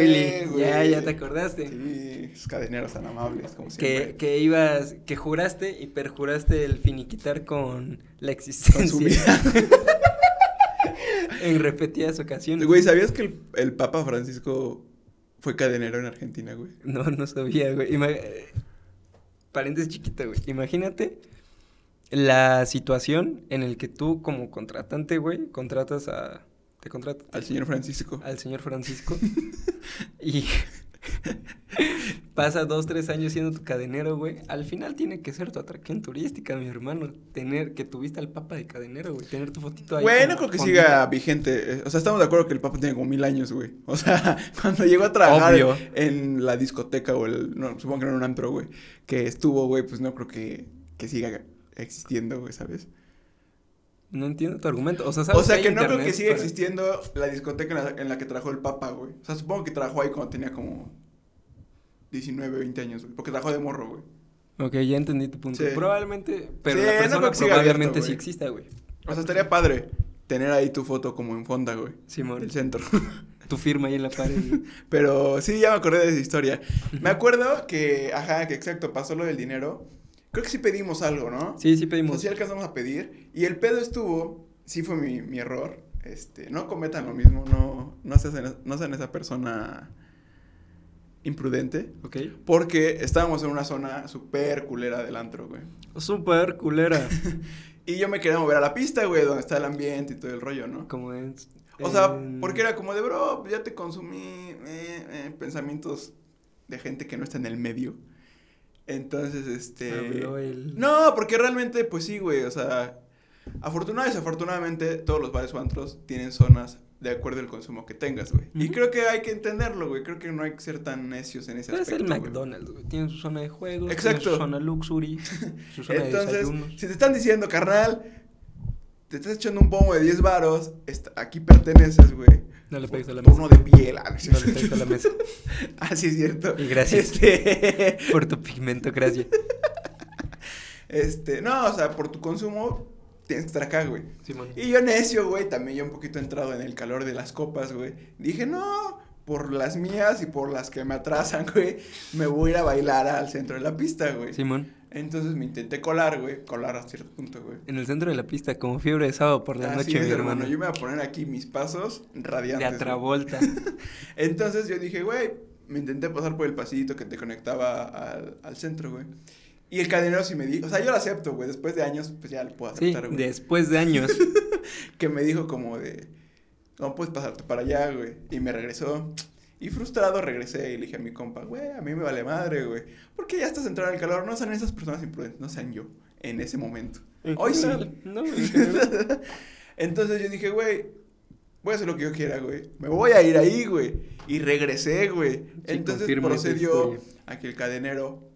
[SPEAKER 2] Willy. Ya,
[SPEAKER 1] güey.
[SPEAKER 2] ya te acordaste.
[SPEAKER 1] Sí, esos cadeneros tan amables, como
[SPEAKER 2] que,
[SPEAKER 1] siempre.
[SPEAKER 2] que ibas, que juraste y perjuraste el finiquitar con la
[SPEAKER 1] Con su
[SPEAKER 2] existencia
[SPEAKER 1] vida.
[SPEAKER 2] en repetidas ocasiones.
[SPEAKER 1] Güey, ¿sabías que el, el Papa Francisco fue cadenero en Argentina, güey?
[SPEAKER 2] No, no sabía, güey. Ima- eh, Paréntesis chiquito, güey. Imagínate la situación en el que tú como contratante, güey, contratas a... Te contratas
[SPEAKER 1] Al señor Francisco.
[SPEAKER 2] al señor Francisco y pasa dos, tres años siendo tu cadenero, güey. Al final tiene que ser tu atracción turística, mi hermano. Tener que tuviste al papa de cadenero, güey. Tener tu fotito ahí.
[SPEAKER 1] Bueno, creo
[SPEAKER 2] como
[SPEAKER 1] que
[SPEAKER 2] fondita.
[SPEAKER 1] siga vigente. Eh, O sea, estamos de acuerdo que el Papa tiene como mil años, güey. O sea, cuando llegó a trabajar
[SPEAKER 2] Obvio.
[SPEAKER 1] en la discoteca o el. no, supongo que no era un antro, güey. Que estuvo, güey, pues no creo que, que siga existiendo, güey, ¿sabes?
[SPEAKER 2] No entiendo tu argumento. O sea,
[SPEAKER 1] O
[SPEAKER 2] ¿sabes
[SPEAKER 1] sea,
[SPEAKER 2] hay
[SPEAKER 1] que no creo que
[SPEAKER 2] internet
[SPEAKER 1] siga
[SPEAKER 2] para-
[SPEAKER 1] existiendo la discoteca en la, en la que trabajó el Papa, güey. O sea, supongo que trabajó ahí cuando tenía como 19, 20 años, güey. Porque trabajó de morro, güey.
[SPEAKER 2] Ok, ya entendí tu punto.
[SPEAKER 1] Sí.
[SPEAKER 2] Probablemente, pero
[SPEAKER 1] Sí,
[SPEAKER 2] la
[SPEAKER 1] no
[SPEAKER 2] persona
[SPEAKER 1] creo que siga
[SPEAKER 2] probablemente
[SPEAKER 1] abierto,
[SPEAKER 2] sí
[SPEAKER 1] güey.
[SPEAKER 2] exista, güey.
[SPEAKER 1] O sea, estaría padre tener ahí tu foto como en fonda, güey.
[SPEAKER 2] Simón,
[SPEAKER 1] Del centro.
[SPEAKER 2] tu firma ahí en la pared. güey.
[SPEAKER 1] Pero sí, ya me acordé de esa historia. Me acuerdo que, ajá, que exacto, pasó lo del dinero. Creo que sí pedimos algo, ¿no?
[SPEAKER 2] Sí, sí
[SPEAKER 1] O sea,
[SPEAKER 2] pedimos.
[SPEAKER 1] sí alcanzamos a pedir. Y el pedo estuvo, sí fue mi, mi error. Este, no cometan lo mismo, no, no, sean, no sean esa persona imprudente.
[SPEAKER 2] Ok.
[SPEAKER 1] Porque estábamos en una zona súper culera del antro, güey.
[SPEAKER 2] Super culera.
[SPEAKER 1] Y yo me quería mover a la pista, güey, donde está el ambiente y todo el rollo, ¿no?
[SPEAKER 2] Como es.
[SPEAKER 1] O sea,
[SPEAKER 2] en-
[SPEAKER 1] porque era como de, bro, ya te consumí eh, eh", pensamientos de gente que no está en el medio. Entonces, este...
[SPEAKER 2] Habló el-
[SPEAKER 1] No, porque realmente, pues sí, güey, o sea... Afortunadamente, desafortunadamente, todos los bares o antros tienen zonas de acuerdo al consumo que tengas, güey. Y
[SPEAKER 2] Ujú.
[SPEAKER 1] creo que hay que entenderlo, güey. Creo que no hay que ser tan necios en ese
[SPEAKER 2] Pero es
[SPEAKER 1] aspecto.
[SPEAKER 2] el
[SPEAKER 1] güey.
[SPEAKER 2] McDonald's, güey. Tiene su zona de juegos, tiene
[SPEAKER 1] Exacto.
[SPEAKER 2] su zona luxury, su zona de
[SPEAKER 1] Entonces,
[SPEAKER 2] desayunos.
[SPEAKER 1] si te están diciendo, carnal, te estás echando un pomo de 10 varos, est- aquí perteneces, güey.
[SPEAKER 2] No le pegues a la mesa.
[SPEAKER 1] Uno de piel. ah, no es
[SPEAKER 2] No le
[SPEAKER 1] cierto.
[SPEAKER 2] pegues a la mesa.
[SPEAKER 1] Ah, sí, es cierto.
[SPEAKER 2] Y gracias.
[SPEAKER 1] Este,
[SPEAKER 2] Por tu pigmento, gracias.
[SPEAKER 1] este, no, o sea, por tu consumo tienes que estar acá, güey.
[SPEAKER 2] Simón.
[SPEAKER 1] Y yo necio, güey, también yo un poquito entrado en el calor de las copas, güey. Dije, no, por las mías y por las que me atrasan, güey, me voy a ir a bailar al centro de la pista, güey.
[SPEAKER 2] Simón,
[SPEAKER 1] Entonces me intenté colar, güey, colar a cierto punto, güey.
[SPEAKER 2] en el centro de la pista, como fiebre de sábado por la
[SPEAKER 1] Así
[SPEAKER 2] noche,
[SPEAKER 1] es,
[SPEAKER 2] mi hermano.
[SPEAKER 1] Yo me voy a poner aquí mis pasos radiantes.
[SPEAKER 2] De
[SPEAKER 1] güey.
[SPEAKER 2] atravolta.
[SPEAKER 1] Entonces yo dije, güey, me intenté pasar por el pasillito que te conectaba al, al centro, güey. Y el cadenero sí me dijo, o sea, yo lo acepto, güey, después de años, pues ya lo puedo
[SPEAKER 2] Sí,
[SPEAKER 1] aceptar, güey.
[SPEAKER 2] después de años.
[SPEAKER 1] Que me dijo como de, no puedes pasarte para allá, güey. Y me regresó. Y frustrado regresé y le dije a mi compa, güey, a mí me vale madre, güey. Porque ya estás entrando en el calor, no sean esas personas imprudentes, no sean yo en ese momento. Hoy sí.
[SPEAKER 2] No, en general.
[SPEAKER 1] Entonces yo dije, güey, voy a hacer lo que yo quiera, güey. Me voy a ir ahí, güey. Y regresé, güey. Entonces
[SPEAKER 2] confirmo esa
[SPEAKER 1] procedió
[SPEAKER 2] historia.
[SPEAKER 1] a que el cadenero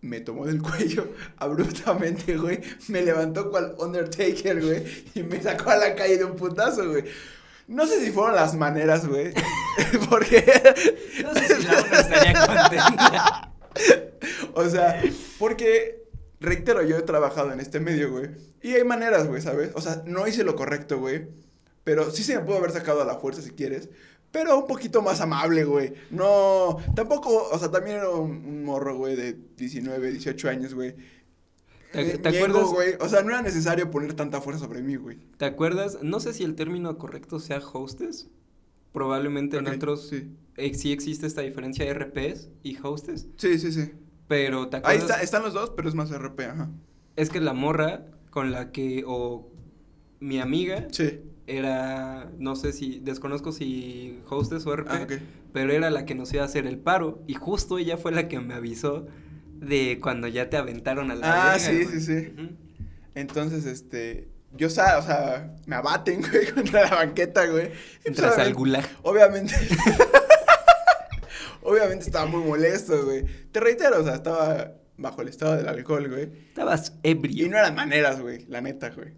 [SPEAKER 1] me tomó del cuello abruptamente, güey. Me levantó cual Undertaker, güey. Y me sacó a la calle de un putazo, güey. No sé si fueron las maneras, güey. Porque,
[SPEAKER 2] No sé si la una estaría contenta.
[SPEAKER 1] o sea, porque, reitero, yo he trabajado en este medio, güey. Y hay maneras, güey, ¿sabes? O sea, no hice lo correcto, güey. Pero sí se me pudo haber sacado a la fuerza si quieres. pero un poquito más amable, güey. No, tampoco, o sea, también era un, un morro, güey, de 19, 18 años, güey.
[SPEAKER 2] ¿Te,
[SPEAKER 1] Eh,
[SPEAKER 2] te
[SPEAKER 1] ñengo,
[SPEAKER 2] acuerdas?
[SPEAKER 1] güey. O sea, no era necesario poner tanta fuerza sobre mí, güey.
[SPEAKER 2] ¿Te acuerdas? No sé si el término correcto sea hostess. Probablemente en
[SPEAKER 1] Ok,
[SPEAKER 2] otros
[SPEAKER 1] Sí,
[SPEAKER 2] ex- sí existe esta diferencia de RPs y hostess.
[SPEAKER 1] sí, sí. sí.
[SPEAKER 2] Pero te
[SPEAKER 1] Ahí
[SPEAKER 2] acuerdas.
[SPEAKER 1] está, están los dos, pero es más RP, ajá.
[SPEAKER 2] Es que la morra con la que. o mi amiga
[SPEAKER 1] Sí.
[SPEAKER 2] era. No sé si. Desconozco si hostess o RP.
[SPEAKER 1] Ah, ok.
[SPEAKER 2] Pero era la que nos iba a hacer el paro. Y justo ella fue la que me avisó de cuando ya te aventaron a la
[SPEAKER 1] Ah,
[SPEAKER 2] verga,
[SPEAKER 1] sí, sí,
[SPEAKER 2] güey.
[SPEAKER 1] sí.
[SPEAKER 2] Ujú.
[SPEAKER 1] Entonces, este, yo, sa- o sea, me abaten, güey, contra la banqueta, güey. Y, pues,
[SPEAKER 2] Entras al
[SPEAKER 1] obviamente-
[SPEAKER 2] gulag.
[SPEAKER 1] Obviamente. obviamente estaba muy molesto, güey. Te reitero, o sea, estaba bajo el estado del alcohol, güey.
[SPEAKER 2] Estabas
[SPEAKER 1] Y
[SPEAKER 2] ebrio.
[SPEAKER 1] no eran maneras, güey, la neta, güey.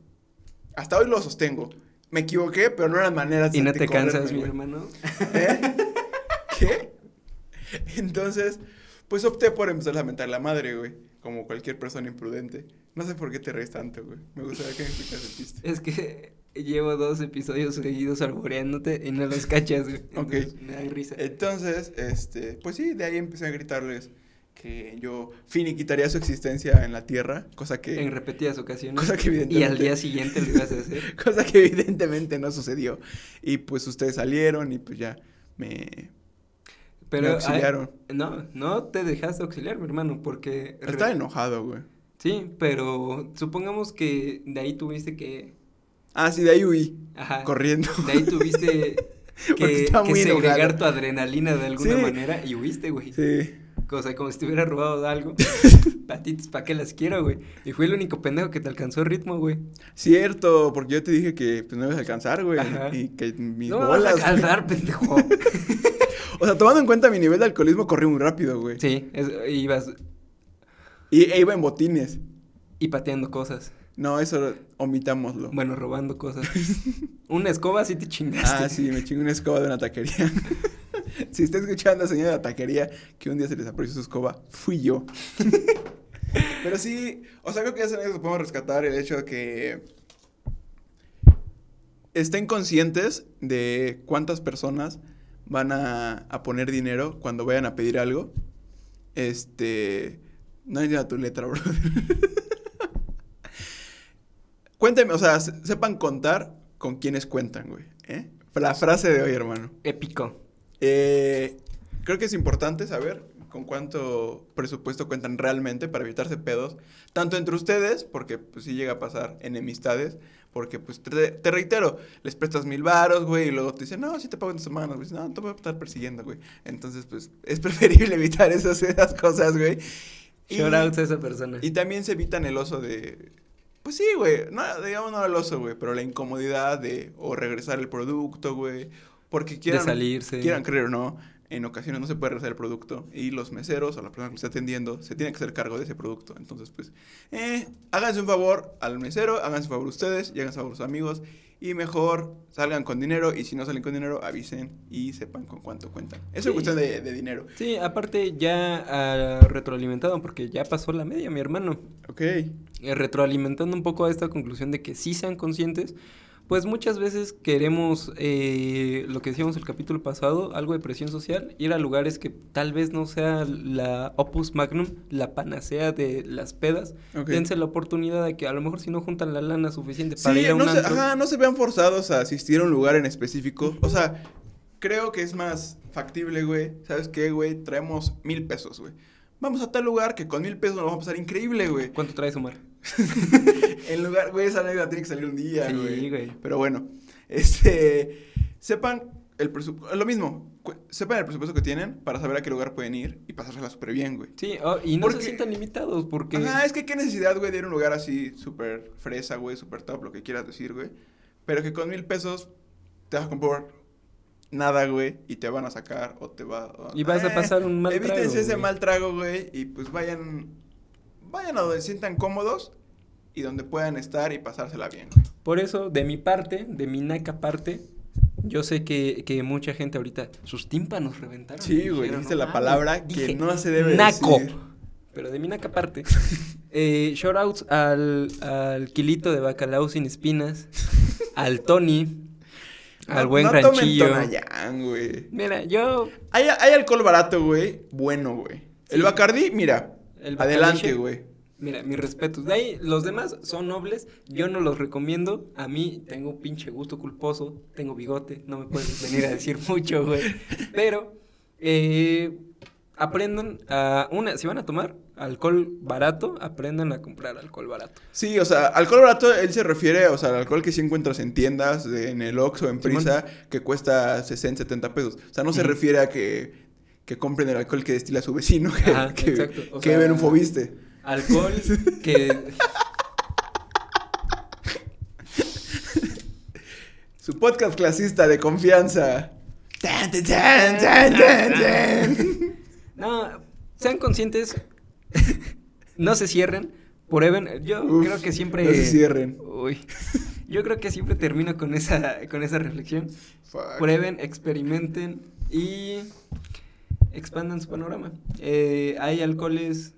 [SPEAKER 1] Hasta hoy lo sostengo. Me equivoqué, pero no eran maneras
[SPEAKER 2] Y no te
[SPEAKER 1] anticorrerme,
[SPEAKER 2] cansas, mi
[SPEAKER 1] güey.
[SPEAKER 2] hermano.
[SPEAKER 1] ¿Eh? ¿Qué? Entonces, pues opté por empezar a lamentar la madre, güey. Como cualquier persona imprudente. No sé por qué te reís tanto, güey. Me gustaría que me explicas el chiste.
[SPEAKER 2] Es que llevo dos episodios seguidos arboreándote y no los cachas, güey.
[SPEAKER 1] Ok. Eh,
[SPEAKER 2] Entonces, Me da risa.
[SPEAKER 1] Entonces, este, pues sí, de ahí empecé a gritarles que yo finiquitaría su existencia en la tierra, cosa que,
[SPEAKER 2] en repetidas ocasiones.
[SPEAKER 1] eh, cosa que
[SPEAKER 2] y al
[SPEAKER 1] evidentemente-
[SPEAKER 2] día siguiente lo ibas a hacer.
[SPEAKER 1] cosa que evidentemente no sucedió. Y pues ustedes salieron y pues ya me,
[SPEAKER 2] Pero,
[SPEAKER 1] me
[SPEAKER 2] ay,
[SPEAKER 1] auxiliaron.
[SPEAKER 2] no, no te dejaste auxiliar, mi hermano, porque... re-
[SPEAKER 1] Estaba enojado, güey.
[SPEAKER 2] Sí, pero supongamos que de ahí tuviste que...
[SPEAKER 1] Ah, sí, de ahí huí,
[SPEAKER 2] Ajá.
[SPEAKER 1] corriendo.
[SPEAKER 2] De ahí tuviste
[SPEAKER 1] Porque
[SPEAKER 2] que,
[SPEAKER 1] estaba
[SPEAKER 2] que
[SPEAKER 1] muy
[SPEAKER 2] segregar
[SPEAKER 1] enojado.
[SPEAKER 2] tu adrenalina de alguna
[SPEAKER 1] Sí.
[SPEAKER 2] manera y huiste, güey.
[SPEAKER 1] Sí.
[SPEAKER 2] Cosa como si te hubiera robado algo. Patitas, ¿para qué las quiero, güey? Y fue el único pendejo que te alcanzó ritmo, güey.
[SPEAKER 1] Cierto, porque yo te dije que pues, no ibas a alcanzar, güey.
[SPEAKER 2] Ajá.
[SPEAKER 1] Y que mis
[SPEAKER 2] no me vas
[SPEAKER 1] bolas.
[SPEAKER 2] a calzar, pendejo.
[SPEAKER 1] O sea, tomando en cuenta mi nivel de alcoholismo, corrí muy rápido, güey.
[SPEAKER 2] sí, es- ibas
[SPEAKER 1] Y e iba en botines.
[SPEAKER 2] y pateando cosas.
[SPEAKER 1] No, eso omitámoslo.
[SPEAKER 2] Bueno, robando cosas. Una escoba sí te chingaste.
[SPEAKER 1] ah, sí, me chingué una escoba de una taquería. si está escuchando, señora de la taquería, que un día se les apareció su escoba, fui yo. Pero sí, o sea, creo que ya se podemos rescatar el hecho de que estén conscientes de cuántas personas van a, a poner dinero cuando vayan a pedir algo. Este. No entiendo tu letra, bro. Cuénteme, o sea, se- sepan contar con quienes cuentan, güey. ¿eh? La frase de hoy, hermano.
[SPEAKER 2] Épico.
[SPEAKER 1] Eh, creo que es importante saber con cuánto presupuesto cuentan realmente para evitarse pedos, tanto entre ustedes, porque pues sí llega a pasar enemistades, porque pues te, te reitero, les prestas mil varos, güey, y luego te dicen, no, sí te pago en dos semanas, güey, no, te voy a estar persiguiendo, güey. Entonces, pues es preferible evitar esas, esas cosas, güey. Y-
[SPEAKER 2] Shout out a esa persona.
[SPEAKER 1] y también se evitan el oso de. Pues sí, güey. No, digamos no el oso, güey. Pero la incomodidad de. O regresar el producto, güey. Porque quieran.
[SPEAKER 2] de salirse.
[SPEAKER 1] Quieran creer o no. En ocasiones no se puede regresar el producto. Y los meseros o la persona que está atendiendo se tiene que hacer cargo de ese producto. Entonces, pues. eh, háganse un favor al mesero. Háganse un favor ustedes. Y háganse un favor a sus amigos. Y mejor salgan con dinero. Y si no salen con dinero, avisen. Y sepan con cuánto cuentan. Eso
[SPEAKER 2] Sí.
[SPEAKER 1] es cuestión de, de dinero.
[SPEAKER 2] Sí, aparte ya ah, retroalimentado, porque ya pasó la media, mi hermano.
[SPEAKER 1] Ok.
[SPEAKER 2] eh, retroalimentando un poco a esta conclusión de que sí sean conscientes, pues muchas veces queremos, eh, lo que decíamos el capítulo pasado, algo de presión social, ir a lugares que tal vez no sea la opus magnum, la panacea de las pedas.
[SPEAKER 1] Ok.
[SPEAKER 2] Dense la oportunidad de que a lo mejor si no juntan la lana suficiente para
[SPEAKER 1] Sí,
[SPEAKER 2] ir a un
[SPEAKER 1] no se,
[SPEAKER 2] antro,
[SPEAKER 1] ajá, no se vean forzados a asistir a un lugar en específico. O sea, creo que es más factible, güey. ¿Sabes qué, güey? Traemos mil pesos, güey. Vamos a tal lugar que con mil pesos nos vamos a pasar increíble, güey.
[SPEAKER 2] ¿Cuánto traes, Omar?
[SPEAKER 1] En lugar, güey, esa anécdota tiene que salir un día, güey.
[SPEAKER 2] Sí, güey.
[SPEAKER 1] Pero bueno, este, sepan el presupuesto, lo mismo, cu- sepan el presupuesto que tienen para saber a qué lugar pueden ir y pasársela súper bien, güey.
[SPEAKER 2] Sí, oh, y no se
[SPEAKER 1] Porque-
[SPEAKER 2] sientan limitados porque...
[SPEAKER 1] Ajá, es que qué necesidad, güey, de ir a un lugar así súper fresa, güey, súper top, lo que quieras decir, güey. Pero que con mil pesos te vas a comprar nada, güey, y te van a sacar o te va
[SPEAKER 2] Y vas a pasar un mal
[SPEAKER 1] Evítense
[SPEAKER 2] trago,
[SPEAKER 1] ese
[SPEAKER 2] güey.
[SPEAKER 1] mal trago, güey, y pues vayan, vayan a donde se sientan cómodos y donde puedan estar y pasársela bien, güey.
[SPEAKER 2] Por eso, de mi parte, de mi naca parte, yo sé que, que mucha gente ahorita, sus tímpanos reventaron.
[SPEAKER 1] Sí, güey,
[SPEAKER 2] Dijeron,
[SPEAKER 1] dijiste
[SPEAKER 2] "No
[SPEAKER 1] la
[SPEAKER 2] mames",
[SPEAKER 1] palabra que
[SPEAKER 2] dije,
[SPEAKER 1] no se debe
[SPEAKER 2] naco.
[SPEAKER 1] decir.
[SPEAKER 2] Pero de mi naca parte, eh, shout outs al, al kilito de bacalao sin espinas, al Tony, al buen
[SPEAKER 1] no
[SPEAKER 2] ranchillo.
[SPEAKER 1] tomen Tonayán, güey.
[SPEAKER 2] Mira, yo.
[SPEAKER 1] Hay, hay alcohol barato, güey. Bueno, güey. El
[SPEAKER 2] Sí.
[SPEAKER 1] Bacardí, mira.
[SPEAKER 2] El
[SPEAKER 1] adelante,
[SPEAKER 2] Bacardiche.
[SPEAKER 1] güey.
[SPEAKER 2] Mira, mis respetos. De ahí, los demás son nobles. Yo no los recomiendo. A mí tengo un pinche gusto culposo. Tengo bigote. No me puedes venir a decir mucho, güey. Pero, eh, aprendan a. Una, si van a tomar alcohol barato, aprendan a comprar alcohol barato.
[SPEAKER 1] Sí, o sea, alcohol barato, él se refiere, o sea, al alcohol que sí encuentras en tiendas, de- en el Oxxo, en
[SPEAKER 2] Simón.
[SPEAKER 1] Prisa, que cuesta 60, 70 pesos. O sea, no se
[SPEAKER 2] Ujú.
[SPEAKER 1] refiere a que, que compren el alcohol que destila su vecino, que,
[SPEAKER 2] Ajá,
[SPEAKER 1] que,
[SPEAKER 2] exacto, o
[SPEAKER 1] que
[SPEAKER 2] sea-
[SPEAKER 1] beben un fobiste.
[SPEAKER 2] Alcohol que.
[SPEAKER 1] Su podcast clasista de confianza. Tan, tan, tan, tan, tan, tan.
[SPEAKER 2] No, sean conscientes. no se cierren. Prueben. Yo
[SPEAKER 1] Uf,
[SPEAKER 2] creo que siempre.
[SPEAKER 1] No se cierren.
[SPEAKER 2] Uy. Yo creo que siempre termino con esa, con esa reflexión.
[SPEAKER 1] Fuck.
[SPEAKER 2] Prueben, experimenten y expandan su panorama. Eh, hay alcoholes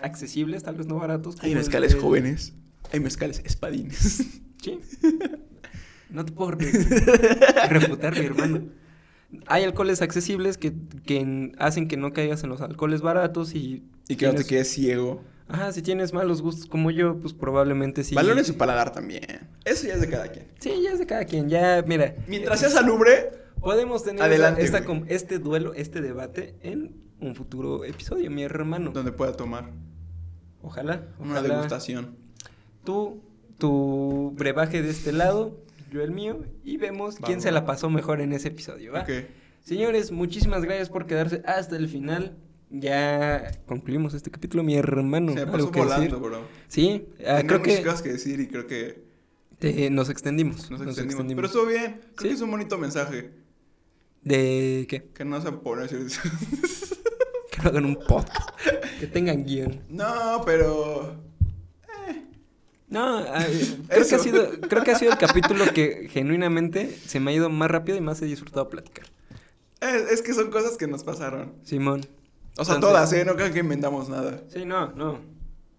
[SPEAKER 2] accesibles, tal vez no baratos.
[SPEAKER 1] Hay
[SPEAKER 2] como
[SPEAKER 1] mezcales
[SPEAKER 2] el de-
[SPEAKER 1] jóvenes. Hay mezcales espadines.
[SPEAKER 2] Sí. No te puedo re- refutar, mi hermano. Hay alcoholes accesibles que, que en- hacen que no caigas en los alcoholes baratos y...
[SPEAKER 1] Y que no te
[SPEAKER 2] tienes-
[SPEAKER 1] quedes ciego.
[SPEAKER 2] Ajá, si tienes malos gustos como yo, pues probablemente sí.
[SPEAKER 1] Valoren su paladar también. Eso ya es de cada quien.
[SPEAKER 2] Sí, ya es de cada quien, ya, mira.
[SPEAKER 1] Mientras sea salubre,
[SPEAKER 2] Podemos tener
[SPEAKER 1] Adelante,
[SPEAKER 2] esta-
[SPEAKER 1] güey.
[SPEAKER 2] com- este duelo, este debate en un futuro episodio, mi hermano.
[SPEAKER 1] donde pueda tomar
[SPEAKER 2] Ojalá,
[SPEAKER 1] una
[SPEAKER 2] ojalá.
[SPEAKER 1] degustación.
[SPEAKER 2] Tú, tu brebaje de este lado, yo el mío, y vemos
[SPEAKER 1] Va,
[SPEAKER 2] quién
[SPEAKER 1] va,
[SPEAKER 2] se
[SPEAKER 1] va.
[SPEAKER 2] la pasó mejor en ese episodio, ¿va?
[SPEAKER 1] Ok.
[SPEAKER 2] Señores, muchísimas gracias por quedarse hasta el final. Ya concluimos este capítulo, mi hermano.
[SPEAKER 1] Se me pasó
[SPEAKER 2] ¿Algo que
[SPEAKER 1] volando,
[SPEAKER 2] decir?
[SPEAKER 1] bro.
[SPEAKER 2] Sí, ah,
[SPEAKER 1] Tenía
[SPEAKER 2] creo
[SPEAKER 1] muchas
[SPEAKER 2] que
[SPEAKER 1] cosas que decir y creo que
[SPEAKER 2] te- nos extendimos.
[SPEAKER 1] nos extendimos. Pero estuvo bien. Creo
[SPEAKER 2] Sí.
[SPEAKER 1] que es un bonito mensaje.
[SPEAKER 2] ¿De qué?
[SPEAKER 1] Que no se poner
[SPEAKER 2] Que no hagan un podcast. que tengan guión.
[SPEAKER 1] No, pero.
[SPEAKER 2] No, ah, eh, creo, que ha
[SPEAKER 1] Eso.
[SPEAKER 2] sido, creo que ha sido el capítulo que genuinamente se me ha ido más rápido y más he disfrutado platicar.
[SPEAKER 1] Es, es que son cosas que nos pasaron.
[SPEAKER 2] Simón.
[SPEAKER 1] O sea,
[SPEAKER 2] Entonces-
[SPEAKER 1] todas, ¿eh? No crean que inventamos nada.
[SPEAKER 2] Sí, no, no.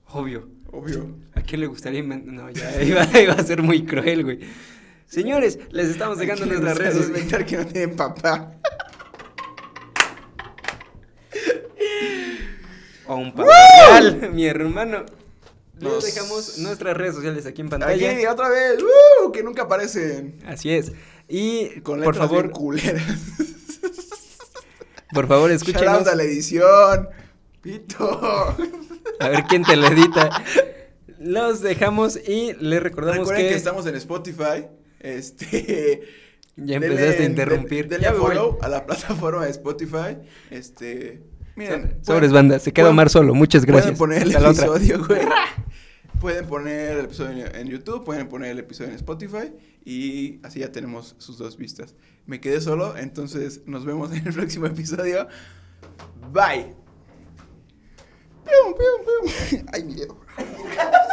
[SPEAKER 2] Obvio.
[SPEAKER 1] Obvio.
[SPEAKER 2] ¿A quién le gustaría inventar? No, ya iba, iba a ser muy cruel, güey. Señores, les estamos dejando
[SPEAKER 1] Hay que
[SPEAKER 2] nuestras
[SPEAKER 1] buscar
[SPEAKER 2] redes. sociales.
[SPEAKER 1] inventar que no tienen papá.
[SPEAKER 2] O un papel, mi hermano. Les
[SPEAKER 1] Nos-
[SPEAKER 2] dejamos nuestras redes sociales aquí en pantalla.
[SPEAKER 1] Aquí, otra vez. ¡Uh! Que nunca aparecen.
[SPEAKER 2] Así es. Y
[SPEAKER 1] Con
[SPEAKER 2] por
[SPEAKER 1] letras
[SPEAKER 2] favor,
[SPEAKER 1] bien culeras.
[SPEAKER 2] por favor,
[SPEAKER 1] Shout out
[SPEAKER 2] escúchenos.
[SPEAKER 1] a la edición. Pito.
[SPEAKER 2] A ver quién te lo edita. Los dejamos y les recordamos
[SPEAKER 1] Recuerden que...
[SPEAKER 2] que,
[SPEAKER 1] estamos en Spotify. Este.
[SPEAKER 2] ya empezaste
[SPEAKER 1] denle-
[SPEAKER 2] a interrumpir.
[SPEAKER 1] Denle
[SPEAKER 2] ya me voy.
[SPEAKER 1] follow a la plataforma de Spotify. Este. Miren.
[SPEAKER 2] Sobres
[SPEAKER 1] pueden-
[SPEAKER 2] banda, se queda
[SPEAKER 1] pueden-
[SPEAKER 2] Omar solo. Muchas
[SPEAKER 1] Pueden
[SPEAKER 2] gracias.
[SPEAKER 1] poner el
[SPEAKER 2] Hasta la otra.
[SPEAKER 1] episodio, güey. Pueden poner el episodio en- en YouTube, pueden poner el episodio en Spotify y así ya tenemos sus dos vistas. Me quedé solo, entonces nos vemos en el próximo episodio. Bye. Pium, pium, pium. Ay, mi dedo. Ay, mi dedo.